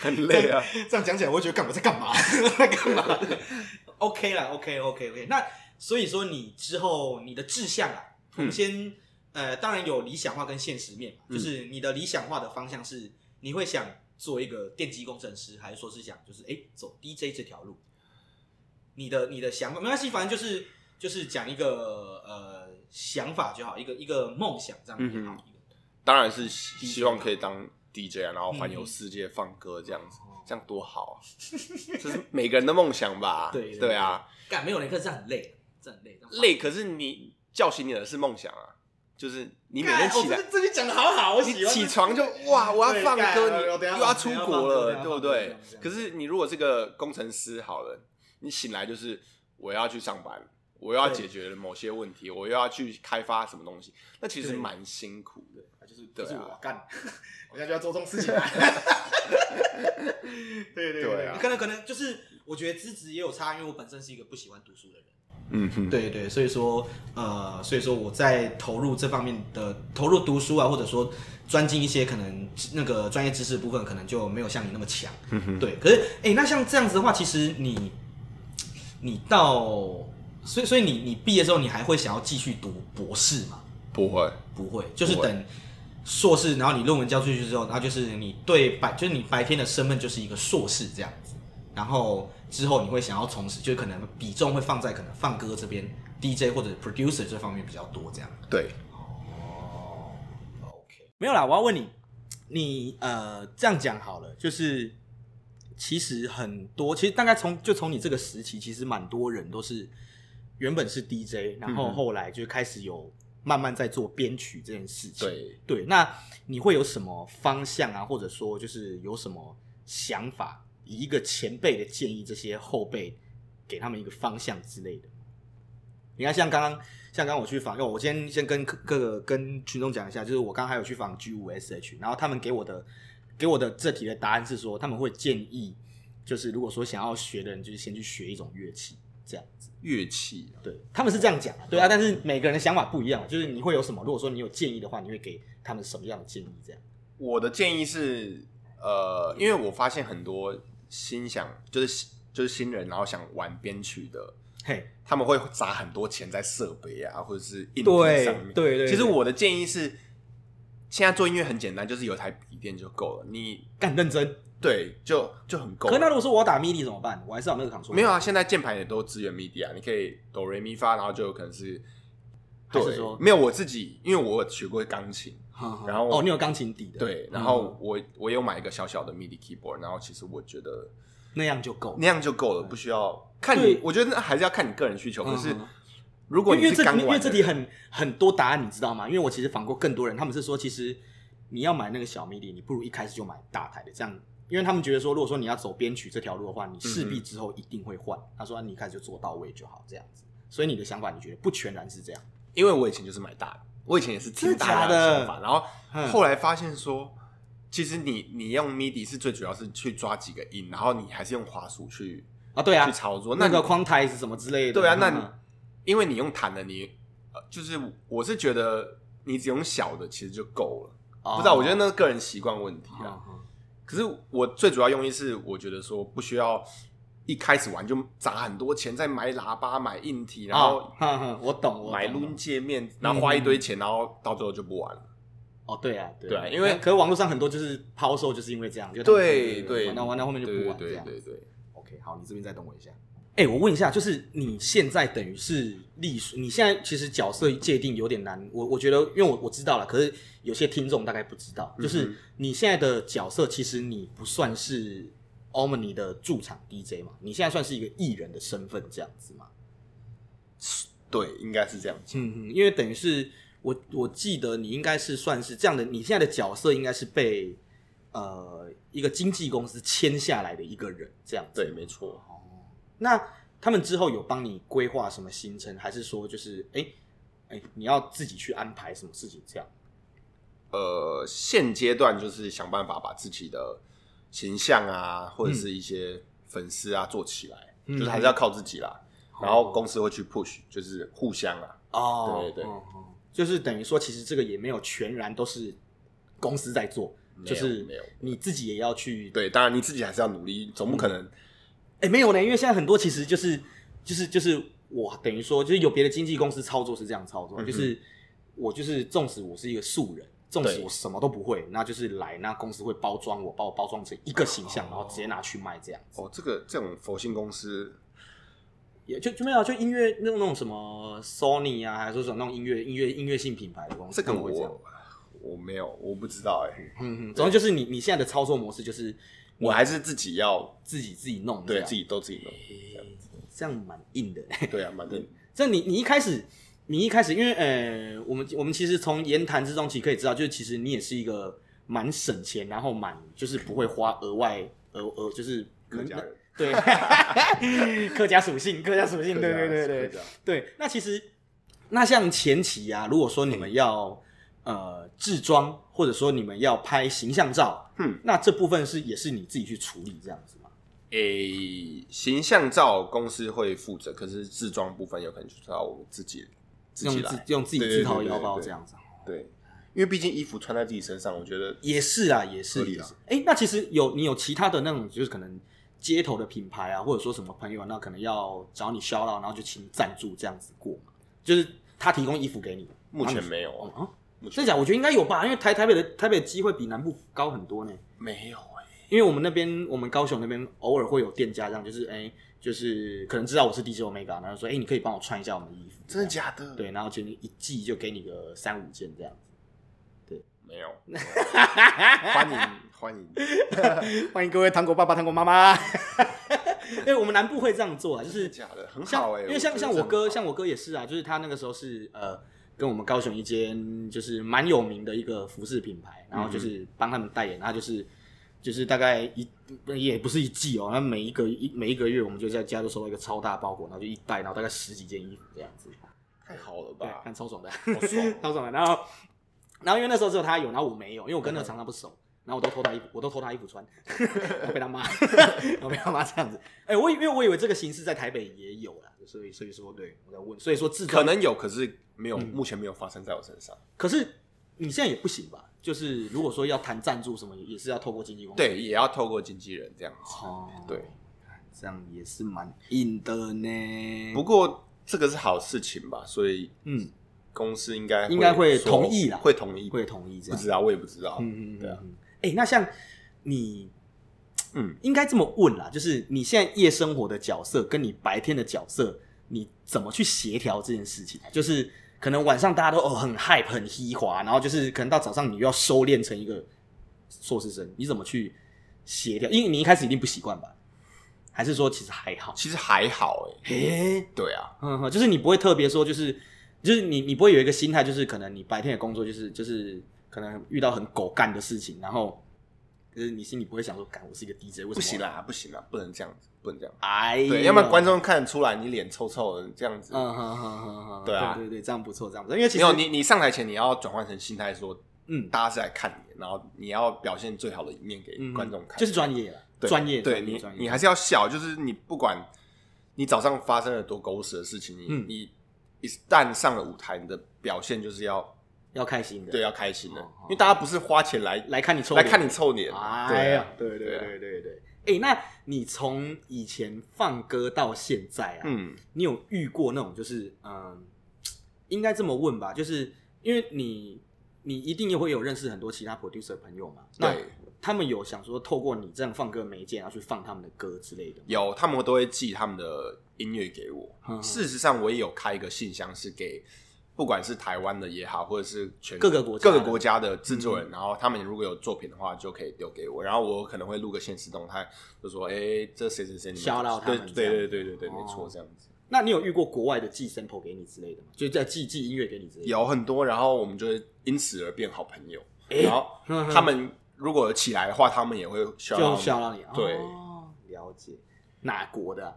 S2: 很累啊。
S1: 这样讲起来，我会觉得干我在干嘛？ 在干嘛？OK 啦，OK OK OK。那所以说，你之后你的志向啊，我们先、呃，当然有理想化跟现实面嘛，
S2: 嗯
S1: 就是你的理想化的方向是，你会想做一个电机工程师，还是说是想就是哎、诶走 DJ 这条路？你的你的想法没关系，反正就是就是讲一个呃想法就好，一个一个梦想这样也好。
S2: 嗯
S1: 一个
S2: 当然是希希望可以当 DJ 啊，然后环游世界放歌这样子，
S1: 嗯哦
S2: 这样多好啊！这是每个人的梦想吧？
S1: 对对
S2: 对啊，
S1: 干没有人可是这样很累，这样很累，这样烦
S2: 累，可是你叫醒你的是梦想啊，就是你每天
S1: 干
S2: 起来
S1: 哦、。这这句讲的好好，我喜
S2: 你
S1: 欢。
S2: 起床就哇，我要放
S1: 对干
S2: 歌，你
S1: 我
S2: 又
S1: 等一下
S2: 要
S1: 放
S2: 出
S1: 等一下放
S2: 国
S1: 歌等一
S2: 了，
S1: 下放歌
S2: 对不对
S1: 等一下？
S2: 可是你如果是个工程师好了，你醒来就是我要去上班，我又要
S1: 对
S2: 解决某些问题，我又要去开发什么东西，那其实
S1: 对
S2: 蛮辛苦的。
S1: 就是
S2: 对
S1: 就
S2: 啊
S1: 是我干，我现在就要做这种事 情啊。对对
S2: 对啊
S1: 可能可能就是我觉得资质也有差，因为我本身是一个不喜欢读书的人。
S2: 嗯哼，
S1: 对对，所以说呃，所以说我在投入这方面的投入读书啊，或者说专精一些可能那个专业知识的部分，可能就没有像你那么强。
S2: 哼
S1: 对，可是哎、那像这样子的话，其实你你到，所以所以你你毕业之后，你还会想要继续读博士吗？
S2: 不会，
S1: 不会，就是
S2: 不会
S1: 等硕士，然后你论文交出去之后，然后就是你对白，就是你白天的身份就是一个硕士这样子，然后之后你会想要从事，就可能比重会放在可能放歌这边，DJ 或者 producer 这方面比较多这样。
S2: 对，
S1: 哦，OK，没有啦，我要问你，你呃这样讲好了，就是其实很多，其实大概从就从你这个时期，其实蛮多人都是原本是 DJ，然后
S2: 嗯哼
S1: 后来就开始有慢慢在做编曲这件事情。
S2: 对，
S1: 对，那你会有什么方向啊，或者说就是有什么想法，以一个前辈的建议，这些后辈给他们一个方向之类的？你看，像刚刚，像刚刚我去访，因为哦我今天先跟各各个跟群众讲一下，就是我刚刚还有去访 G 五 SH，然后他们给我的给我的这题的答案是说，他们会建议，就是如果说想要学的人，就是先去学一种乐器，这样。
S2: 乐器啊、
S1: 对，他们是这样讲啊，对啊，但是每个人的想法不一样，就是你会有什么？如果说你有建议的话，你会给他们什么样的建议？这样，
S2: 我的建议是，呃，因为我发现很多新想就是新就是新人，然后想玩编曲的，
S1: 嘿，
S2: 他们会砸很多钱在设备啊，或者是硬
S1: 对
S2: 体上面。
S1: 对对
S2: 其实
S1: 对
S2: 我的建议是，现在做音乐很简单，就是有一台笔电就够了。你
S1: 干认真。
S2: 对，就就很够
S1: 可是那
S2: 了。
S1: 如果说我要打 MIDI 怎么办？我还是要那个 control。
S2: 没有啊，现在键盘也都支援 MIDI 啊，你可以哆来咪发，然后就有可能是。
S1: 还
S2: 对
S1: 是说，
S2: 没有我自己，因为我有学过钢琴，
S1: 哼，哼
S2: 然后
S1: 哦，你有钢琴底的，嗯
S2: 对，然后我我有买一个小小的 MIDI keyboard，然后其实我觉得
S1: 那样就够。
S2: 那样就够了，不需要看
S1: 对
S2: 你。我觉得那还是要看你个人需求。
S1: 嗯
S2: 可是
S1: 嗯
S2: 如果
S1: 因
S2: 你
S1: 为
S2: 是
S1: 这
S2: 刚
S1: 因为
S2: 玩
S1: 这
S2: 的
S1: 题
S2: 人，
S1: 很很多答案，你知道吗？因为我其实访过更多人，他们是说，其实你要买那个小 MIDI，你不如一开始就买大台的，这样，因为他们觉得说，如果说你要走编曲这条路的话，你势必
S2: 嗯哼
S1: 之后一定会换。他说，你一开始就做到位就好，这样子。所以你的想法，你觉得不全然是这样？
S2: 因为我以前就是买大的，我以前也是听
S1: 真的
S2: 大家
S1: 假的
S2: 的想法，然后
S1: 嗯
S2: 后来发现说，其实你你用 MIDI 是最主要是去抓几个音，然后你还是用滑鼠去
S1: 啊，对啊
S2: 去，操作。
S1: 那
S2: 哦你
S1: 个框台是什么之类的？
S2: 对啊，那
S1: 嗯
S2: 你因为你用弹的，你呃就是我是觉得你只用小的其实就够了。
S1: 哦
S2: 不知道，我觉得那是个人习惯问题啊。
S1: 嗯嗯
S2: 可是我最主要用意是，我觉得说不需要一开始玩就砸很多钱在买喇叭、买硬体，然后
S1: 哦哼哼 我懂，我懂
S2: 买录音界面，
S1: 嗯
S2: 然后花一堆钱，然后到最后就不玩了。
S1: 哦，对啊，对
S2: 对啊因为
S1: 可是网络上很多就是抛售，就是因为这样，就
S2: 对对，
S1: 玩到玩到哦后面就不玩这
S2: 对
S1: 样。
S2: 对对对。
S1: OK，好，你这边再等我一下。哎、我问一下，就是你现在等于是隶属，你现在其实角色界定有点难。我我觉得，因为我我知道了，可是有些听众大概不知道，就是
S2: 嗯
S1: 你现在的角色，其实你不算是 Omni 的驻场 DJ 嘛，你现在算是一个艺人的身份这样子嘛？
S2: 对，应该是这样子。
S1: 嗯嗯，因为等于是我我记得你应该是算是这样的，你现在的角色应该是被呃一个经纪公司签下来的一个人这样子。
S2: 对，没错。
S1: 哦，那他们之后有帮你规划什么行程，还是说就是哎哎、你要自己去安排什么事情这样？
S2: 呃，现阶段就是想办法把自己的形象啊，或者是一些粉丝啊做起来，
S1: 嗯
S2: 就是还是要靠自己啦。然后公司会去 push，就是互相啊。
S1: 哦
S2: 对对对
S1: 哦哦就是等于说，其实这个也没有全然都是公司在做，
S2: 没有
S1: 就是
S2: 没有
S1: 你自己也要去
S2: 对，当然你自己还是要努力，总不可能
S1: 哎、没有呢，因为现在很多其实就是就是就是我等于说，就是有别的经纪公司操作是这样操作，
S2: 嗯哼
S1: 就是我就是纵使我是一个素人，纵使
S2: 对
S1: 我什么都不会，那就是来那公司会包装我，把我包装成一个形象，然后直接拿去卖这样子。
S2: 哦，这个这种佛性公司，
S1: 也就就没有就音乐那种那种什么 Sony 啊，还是说那种音乐音乐音乐性品牌的公司，
S2: 这个
S1: 他们会这样
S2: 我我没有，我不知道哎、
S1: 嗯嗯，总之就是你你现在的操作模式就是
S2: 我还是自己要
S1: 自己自己弄这
S2: 对
S1: 样，
S2: 自己都自己弄，
S1: 这样蛮硬的。
S2: 对啊，反正
S1: 这你你一开始，你一开始，因为呃，我们我们其实从言谈之中其实可以知道，就是其实你也是一个蛮省钱，然后蛮就是不会花额外额额就是
S2: 客家人，
S1: 对 客家属性，客家属性，
S2: 客家
S1: 嗯对对
S2: 人
S1: 对
S2: 是
S1: 对
S2: 客家人
S1: 对。那其实那像前期啊，如果说你们要呃制装，或者说你们要拍形象照，
S2: 嗯，
S1: 那这部分是也是你自己去处理这样子吗？
S2: 诶、形象照公司会负责，可是制装部分有可能就是要我们自己自己
S1: 用
S2: 来
S1: 自，用自己
S2: 对
S1: 自
S2: 对
S1: 掏
S2: 对
S1: 腰
S2: 对
S1: 包
S2: 对
S1: 这样子。
S2: 对，因为毕竟衣服穿在自己身上，我觉得
S1: 也是啊，也是
S2: 合理
S1: 也
S2: 啦
S1: 是。哎、那其实有你有其他的那种，就是可能街头的品牌啊，或者说什么朋友，那可能要找你销到，然后就请你赞助这样子过嘛，就是他提供衣服给你。
S2: 目前
S1: 然后你
S2: 没有
S1: 哦
S2: 啊，
S1: 啊，
S2: 目前
S1: 真假？我觉得应该有吧，因为台台北的台北的机会比南部高很多呢。
S2: 没有哎、
S1: 因为我们那边，我们高雄那边偶尔会有店家这样，就是哎、就是可能知道我是 DJ Omega，然后说哎、你可以帮我穿一下我们的衣服，
S2: 真的假的？
S1: 的，对，然后就一季就给你个三五件这样子。
S2: 没 有，没有欢迎欢迎，
S1: 欢迎各位糖果爸爸、糖果妈 妈。对，我们南部会这样做啊，就
S2: 真的
S1: 是
S2: 假的很
S1: 像
S2: 好哎、
S1: 因为像
S2: 觉得
S1: 像
S2: 这
S1: 欸我
S2: 很
S1: 哥，
S2: 好
S1: 像我哥也是啊，就是他那个时候是呃，跟我们高雄一间就是蛮有名的一个服饰品牌，然后就是帮他们代言，然后就是就是大概一也不是一季哦，那每一个一每一个月我们就在家都收到一个超大包裹，然后就一袋，然后大概十几件衣服这样子，
S2: 太好了
S1: 对
S2: 吧，？
S1: 看超 爽的，
S2: 好爽哦
S1: 超爽的。然后然后因为那时候只有他有，然后我没有，因为我跟那
S2: 嗯
S1: 个厂商不熟。然后我都偷他衣服，我都偷他衣服 穿，然后被他骂， 然后被他骂这样子。哎、我以因为我以为这个形式在台北也有啦，所以所以说对我在问，所以说制造
S2: 可能有，可是没
S1: 嗯
S2: 有，目前没有发生在我身上。
S1: 可是你现在也不行吧？就是如果说要谈赞助什么，也是要透过经纪公司。，
S2: 对，也要透过经纪人这样子。
S1: 哦，
S2: 对，
S1: 这样也是蛮硬的呢。
S2: 不过这个是好事情吧，所以
S1: 嗯，
S2: 公司应该
S1: 应该会
S2: 说
S1: 同意啦
S2: 会同意，
S1: 会同意这
S2: 不
S1: 样。
S2: 知道，我也不知道。
S1: 嗯嗯嗯，
S2: 对啊
S1: 嗯。哎、那像你
S2: 嗯，
S1: 应该这么问啦，就是你现在夜生活的角色跟你白天的角色，你怎么去协调这件事情啊？就是可能晚上大家都哦很 hype 很嘻滑，然后就是可能到早上你又要收敛成一个硕士生，你怎么去协调？因为你一开始一定不习惯吧？还是说其实还好？
S2: 其实还好哎、
S1: 诶、
S2: 对啊，
S1: 嗯哼，就是你不会特别说，就是就是你你不会有一个心态，就是可能你白天的工作就是就是可能遇到很狗干的事情，然后就是你心里不会想说，干我是一个 DJ，为什么
S2: 不行？啦，不行啦，不能这样子，不能这样。
S1: 哎呦，
S2: 对，要不然观众看得出来你脸臭臭的这样子。
S1: 嗯哼哼哼哼，
S2: 对啊
S1: 对对，这样不错，这样不错，因为其
S2: 没
S1: 实
S2: 有你，你上台前你要转换成心态，说
S1: 嗯
S2: 大家是来看你，然后你要表现最好的一面给
S1: 嗯
S2: 观众看，
S1: 就是专业了，
S2: 对
S1: 专业，
S2: 对
S1: 专业
S2: 你
S1: 专，业
S2: 你还是要笑，就是你不管你早上发生了多狗屎的事情，你、
S1: 嗯
S2: 你一旦上了舞台，你的表现就是要
S1: 要开心的，
S2: 对要开心的，
S1: 哦哦
S2: 因为大家不是花钱来
S1: 来看你抽
S2: 来
S1: 脸
S2: 看你臭脸，
S1: 哎
S2: 对啊
S1: 呀，对
S2: 对
S1: 对
S2: 啊
S1: 对对对。哎、那你从以前放歌到现在啊，
S2: 嗯，
S1: 你有遇过那种就是嗯、应该这么问吧，就是因为你你一定也会有认识很多其他 producer 朋友嘛，那
S2: 对，
S1: 他们有想说透过你这样放歌媒介，然后去放他们的歌之类的吗，
S2: 有他们都会寄他们的音乐给我。
S1: 嗯嗯
S2: 事实上，我也有开一个信箱，是给不管是台湾的也好，或者是全
S1: 各个国家
S2: 各
S1: 的嗯
S2: 个国家的制作人，然后他们如果有作品的话，就可以丢给我，然后我可能会录个现实动态，就说：“哎、这谁谁谁，你们
S1: Shout out
S2: 对
S1: 他们这
S2: 对对
S1: 样
S2: 对对对，没错
S1: 哦，
S2: 这样子
S1: 那你有遇过国外的寄 sample 给你之类的吗？就在寄寄音乐给你之类的？
S2: 有很多，然后我们就会因此而变好朋友，
S1: 诶
S2: 然后
S1: 呵呵
S2: 他们如果起来的话，他们也会 shout
S1: 就
S2: out
S1: 笑到你，
S2: 对
S1: 哦，了解哪国的啊、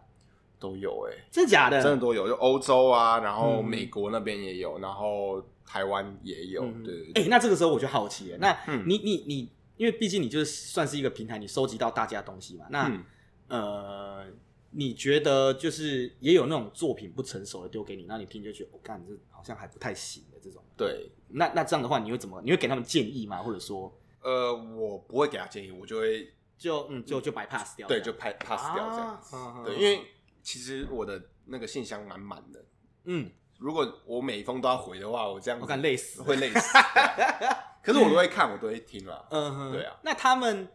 S2: 都有哎、诶
S1: 真的假的？
S2: 真的都有，就欧洲啊，然后
S1: 嗯
S2: 美国那边也有，然后台湾也有，
S1: 嗯
S2: 对对
S1: 哎、
S2: 对。
S1: 那这个时候我就好奇了，那
S2: 嗯
S1: 你、你你，因为毕竟你就是算是一个平台，你收集到大家的东西嘛，那、
S2: 嗯
S1: 呃，你觉得就是也有那种作品不成熟的丢给你，那你听就觉得，我、干这好像还不太行的这种。
S2: 对，
S1: 那那这样的话，你会怎么？你会给他们建议吗？或者说
S2: 呃，我不会给他建议，我就会
S1: 就嗯就就白 pass 掉这
S2: 对
S1: 样？
S2: 就拍 pass 掉这样子。
S1: 啊啊啊
S2: 对，因为其实我的那个信箱满满的，
S1: 嗯，
S2: 如果我每一封都要回的话，我这样
S1: 我
S2: 子
S1: 感累死。
S2: 会累死。对啊可是我都会看，我都会听啦。
S1: 嗯哼，
S2: 对啊。
S1: 那他们，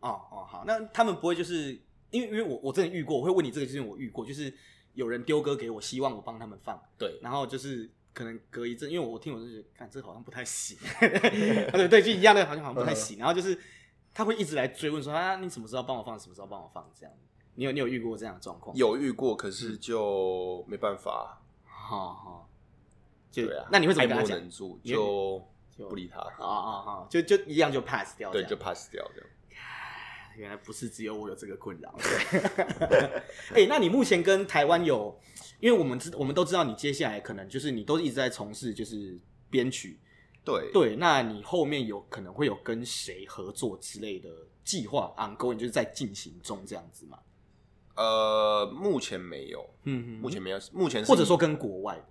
S1: 哦哦好，那他们不会就是因为因为我我真的遇过，我会问你这个，就是因为我遇过，就是有人丢歌给我，希望我帮他们放，
S2: 对，
S1: 然后就是可能隔一阵，因为我听我就觉得，看这好像不太行， 啊对对，就一样的，好像好像不
S2: 嗯
S1: 太行。然后就是他会一直来追问说啊，你什么时候帮我放，什么时候帮我放这样。你有你有遇过这样的状况？，
S2: 有遇过，可是就没办法。
S1: 好好，就
S2: 对啊，
S1: 那你会怎么
S2: 爱
S1: 跟他
S2: 莫
S1: 讲
S2: 能助，
S1: 你会
S2: 就
S1: 就
S2: 不理他，
S1: 啊啊啊！就就一样就 pass 掉这
S2: 对，
S1: 样，
S2: 就 pass 掉这样。
S1: 原来不是只有我有这个困扰。 哎、那你目前跟台湾有，因为我们知我们都知道你接下来可能就是你都一直在从事就是编曲，
S2: 对
S1: 对，那你后面有可能会有跟谁合作之类的计划，ongoing 就是在进行中这样子嘛？
S2: 呃，目前没有，
S1: 嗯
S2: 目前没有，目前是
S1: 或者说跟国外的，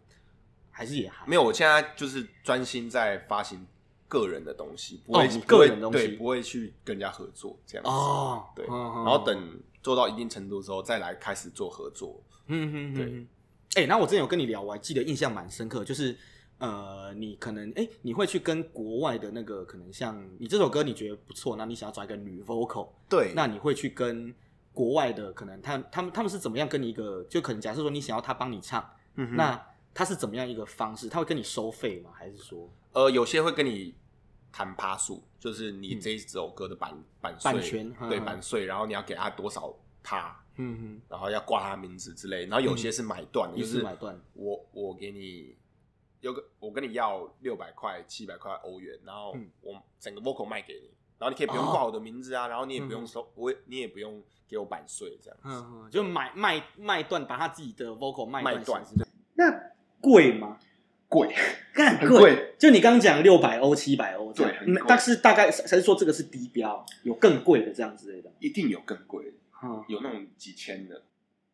S1: 还是也还
S2: 没有，我现在就是专心在发行个人的东西，不会、
S1: 哦你
S2: 不
S1: 个
S2: 会
S1: 人的东西
S2: 对，不会去跟人家合作这样子。
S1: 哦，
S2: 对，
S1: 嗯
S2: 然后，等做到一定程度之后，再来开始做合作。
S1: 嗯嗯
S2: 对
S1: 嗯，哎、那我之前有跟你聊，我还记得印象蛮深刻，就是呃，你可能哎、你会去跟国外的那个可能像你这首歌你觉得不错，那你想要找一个女 vocal，
S2: 对，
S1: 那你会去跟国外的可能他他们他们是怎么样跟你一个，就可能假设说你想要他帮你唱。
S2: 嗯哼
S1: 那他是怎么样一个方式？他会跟你收费吗？还是说
S2: 呃，有些会跟你谈趴数，就是你这一首歌的版、版税
S1: 版权嗯
S2: 对
S1: 嗯
S2: 版税，然后你要给他多少趴，
S1: 嗯
S2: 然后要挂他名字之类。然后有些是买断的，
S1: 一
S2: 就
S1: 次
S2: 是
S1: 买断？
S2: 我我给你有个我跟你要六百块、七百块欧元，然后
S1: 嗯
S2: 我整个 vocal 卖给你，然后你可以不用
S1: 哦
S2: 报我的名字啊，然后你也不
S1: 嗯
S2: 用
S1: 嗯
S2: 收，我也你也不用给我版税这样子。
S1: 嗯，嗯就买卖卖断，把他自己的 vocal 卖
S2: 卖断
S1: 断，是不是那贵吗？
S2: 贵，
S1: 干
S2: 很贵。
S1: 就你刚讲六百欧、七百欧这样，
S2: 对
S1: 嗯
S2: 很贵
S1: 但是大概还是说这个是低标，有更贵的这样之类的。
S2: 一定有更贵的，
S1: 嗯，
S2: 有那种几千的，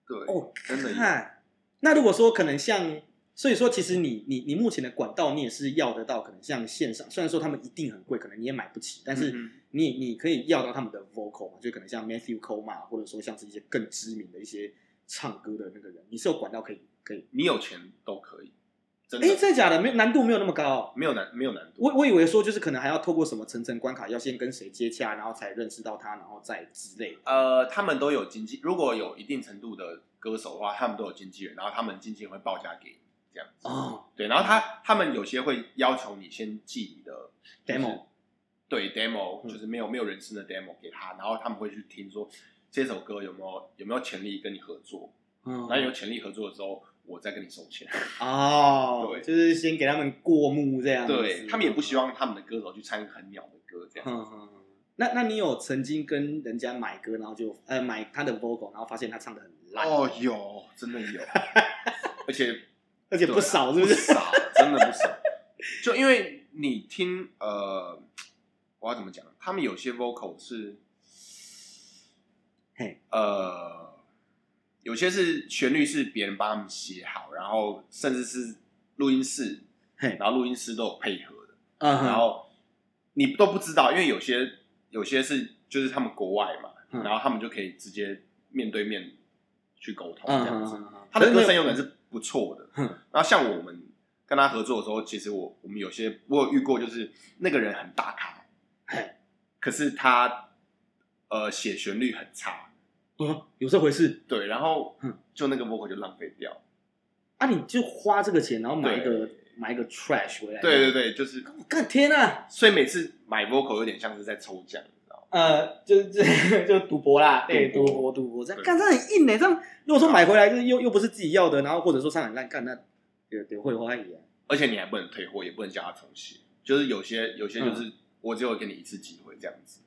S2: 对，
S1: 哦
S2: 真的有。
S1: 看，那如果说可能像，所以说其实你你你目前的管道你也是要得到，可能像线上，虽然说他们一定很贵，可能你也买不起，但是
S2: 嗯哼
S1: 你你可以要到他们的 vocal 嘛，就可能像 Matthew Cole 嘛，或者说像是一些更知名的一些唱歌的那个人，你是有管道可以可以。
S2: 你有钱都可以，真的
S1: 哎，真的假的？没有难度没有那么高、哦。
S2: 没有难没有难度。
S1: 我我以为说就是可能还要透过什么层层关卡，要先跟谁接洽，然后才认识到他，然后再之类的。
S2: 呃，他们都有经纪，如果有一定程度的歌手的话，他们都有经纪人，然后他们经纪人会报价给你这样子。
S1: 哦
S2: 对，然后他他们有些会要求你先寄你的就是
S1: ，demo
S2: 对 demo
S1: 嗯
S2: 就是没有没有人声的 demo 给他，然后他们会去听说这首歌有没有有没有潜力跟你合作，
S1: 嗯，
S2: 那有潜力合作的时候，我再跟你收钱。
S1: 哦
S2: 对，
S1: 就是先给他们过目这样子。嗯
S2: 对他们也不希望他们的歌手去唱很鸟的歌这样。
S1: 嗯。嗯嗯那那你有曾经跟人家买歌，然后就呃买他的 vocal，然后发现他唱的很烂，
S2: 哦，有，真 的有，而且
S1: 而且不少，是
S2: 啊不
S1: 不 是？
S2: 少，真的不少。就因为你听，呃，我要怎么讲？他们有些 vocal 是
S1: 嘿，
S2: 呃，有些是旋律是别人帮他们写好，然后甚至是录音室，
S1: 嘿
S2: 然后录音师都有配合的，
S1: 嗯哼，
S2: 然后你都不知道，因为有些有些是就是他们国外嘛，
S1: 嗯
S2: 然后他们就可以直接面对面去沟通
S1: 嗯
S2: 这样
S1: 哼
S2: 子。
S1: 嗯哼，
S2: 他的歌声有可能是不错的。
S1: 嗯
S2: 然后像我们跟他合作的时候，其实我我们有些我有遇过，就是那个人很大咖
S1: 嘿，
S2: 可是他呃写旋律很差，
S1: 哦，有这回事
S2: 对，然后
S1: 嗯
S2: 就那个 vocal 就浪费掉。
S1: 啊！你就花这个钱，然后买一个
S2: 对
S1: 买一个 trash 回来，
S2: 对对，对，就是
S1: 我干天啊！
S2: 所以每次买 vocal 有点像是在抽奖，你知道吗？
S1: 呃，就是就赌博啦，对，
S2: 赌
S1: 赌
S2: 博
S1: 博赌博这样，
S2: 对
S1: 干这很硬呢、欸这样如果说买回来就是又又不是自己要的，然后或者说上海烂干，那对对会花一样。
S2: 而且你还不能退货，也不能叫他重写，就是有些有些
S1: 嗯
S2: 就是我只有给你一次机会这样子。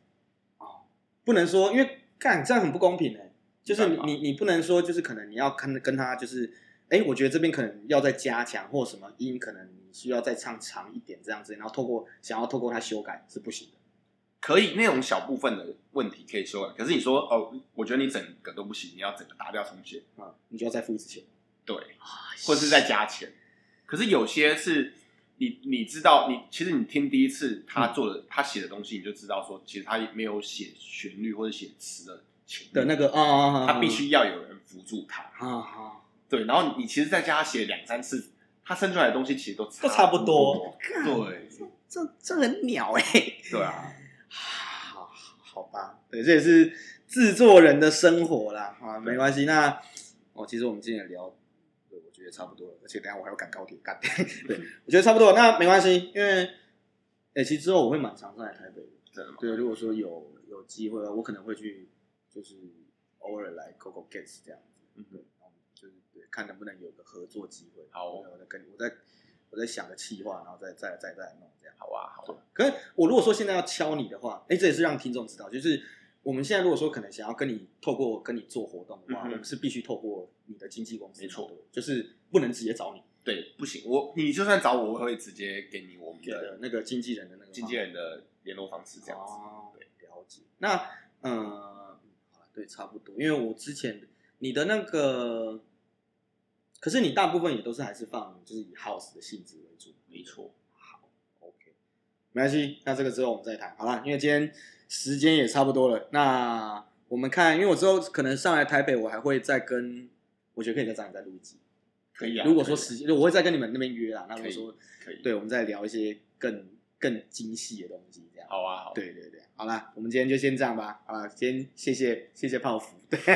S1: 不能说，因为干这样很不公平哎、就是
S2: 没
S1: 你
S2: 办法
S1: 你你不能说，就是可能你要看跟他就是，哎、我觉得这边可能要再加强或什么音，可能你需要再唱长一点这样子，然后透过想要透过他修改是不行的。
S2: 可以那种小部分的问题可以修改，可是你说哦，我觉得你整个都不行，你要整个打掉重写，
S1: 啊、你就要再付一次钱，
S2: 对，啊或是再加钱。可是有些是你你知道，你其实你听第一次
S1: 嗯
S2: 他做的、他写的东西，你就知道说，其实他没有写旋律或者写词的情
S1: 的那个啊啊啊，啊
S2: 他必须要有人辅助他。
S1: 啊啊，
S2: 对，然后你其实再加他写两三次，他生出来的东西其实都差
S1: 都差不多
S2: 多。对
S1: 啊这这很鸟哎、
S2: 对啊，
S1: 好，好吧，对，这也是制作人的生活啦，啊，没关系。那哦，其实我们今天也聊，对，我觉得差不多了，而且等一下我还要赶高铁干， 对， 我觉得差不多了，那没关系，因为，哎、其实之后我会蛮常上来台北的，
S2: 真的吗？
S1: 对，如果说有有机会的话，我可能会去，就是偶尔来 Coco Gets 这样子，
S2: 嗯
S1: 对，然后就是对看能不能有个合作机会，
S2: 好哦
S1: 我再我再跟你，我再我再想个企划，然后再再再再弄这样。
S2: 好啊，好啊，
S1: 可是我如果说现在要敲你的话，哎、这也是让听众知道，就是我们现在如果说可能想要跟你透过跟你做活动的话，
S2: 嗯哼
S1: 我们是必须透过你的经纪公司，
S2: 没错，
S1: 就是不能直接找你
S2: 对，不行，我你就算找我，我会直接给你我们
S1: 给的
S2: 的
S1: 那个经纪人的那个
S2: 经纪人的联络方式，这
S1: 这
S2: 样
S1: 样
S2: 子
S1: 子。。哦，了解。那呃，好啦对，差不多，因为我之前你的那个。可是你大部分也都是还是放就是以 house 的性质为主，
S2: 没错，
S1: OK，没关系，那这个之后我们再谈。好了，因为今天时间也差不多了，那我们看，因为我之后可能上来台北，我还会再跟，我觉得可以再找你再录一集。
S2: 可以啊。
S1: 如果说
S2: 可以
S1: 时间，我会再跟你们那边约啦。那如果说，
S2: 可以，
S1: 对，我们再聊一些更更精细的东西，这样。
S2: 好啊，好啊。
S1: 对对对，好啦，我们今天就先这样吧。好啦，先谢谢谢谢泡 芙。 对，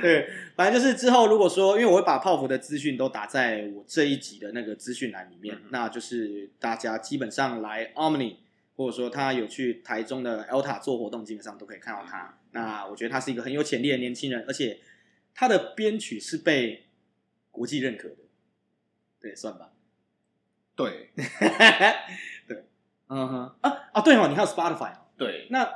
S1: 对，反正就是之后如果说，因为我会把泡芙的资讯都打在我这一集的那个资讯栏里面，
S2: 嗯哼
S1: 那就是大家基本上来 Omni 或者说他有去台中的 Elta 做活动，基本上都可以看到啊
S2: 嗯
S1: 他。那我觉得他是一个很有潜力的年轻人，而且
S2: 嗯
S1: 他的编曲是被国际认可的，对，算吧。
S2: 对
S1: 对，嗯哼，啊啊，对哦，你还有 Spotify 哦
S2: 对
S1: 那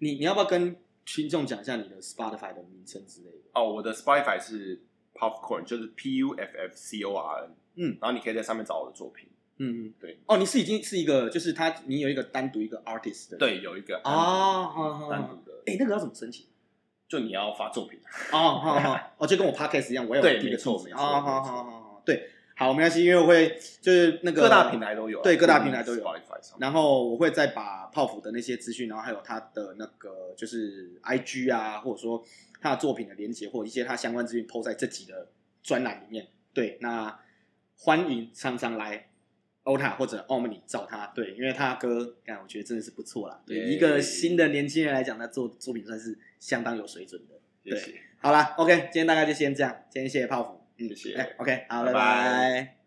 S1: 你你要不要跟群众讲一下你的 Spotify 的名称之类的？
S2: 哦，我的 Spotify 是 Popcorn，就是 P U F F C O R N，
S1: 嗯
S2: 然后你可以在上面找我的作品。
S1: 嗯嗯，
S2: 对
S1: 哦，你是已经是一个，就是他，你有一个单独一个 artist 的
S2: 对，有一个
S1: 哦，好好
S2: 单
S1: 好
S2: 独，的，
S1: 哎，那个要怎么申请？
S2: 就你要发作品。
S1: 哦，好好，哦，就跟我 podcast 一样，我要有
S2: 对
S1: 一个
S2: 没错
S1: 地址
S2: 没
S1: 哦，
S2: 错
S1: 好
S2: 没
S1: 好
S2: 错
S1: 好好，对，好，没关系，因为我会就是那个
S2: 各大平台都有啊，
S1: 对各大平台都有
S2: Spotify 上面。
S1: 然后我会再把泡芙的那些资讯，然后还有他的那个就是 IG 啊，或者说他的作品的连接，或者一些他相关资讯，抛在这集的专栏里面。对，那欢迎常常来 OTA 或者 Omni 找他，对，因为他歌，看我觉得真的是不错啦。对，
S2: 耶
S1: 一个新的年轻人来讲，他做作品算是相当有水准的。
S2: 谢谢，
S1: 好啦 o k 今天大概就先这样，今天谢谢泡芙，嗯
S2: 谢谢
S1: 哎，OK，好，拜
S2: 拜拜
S1: 拜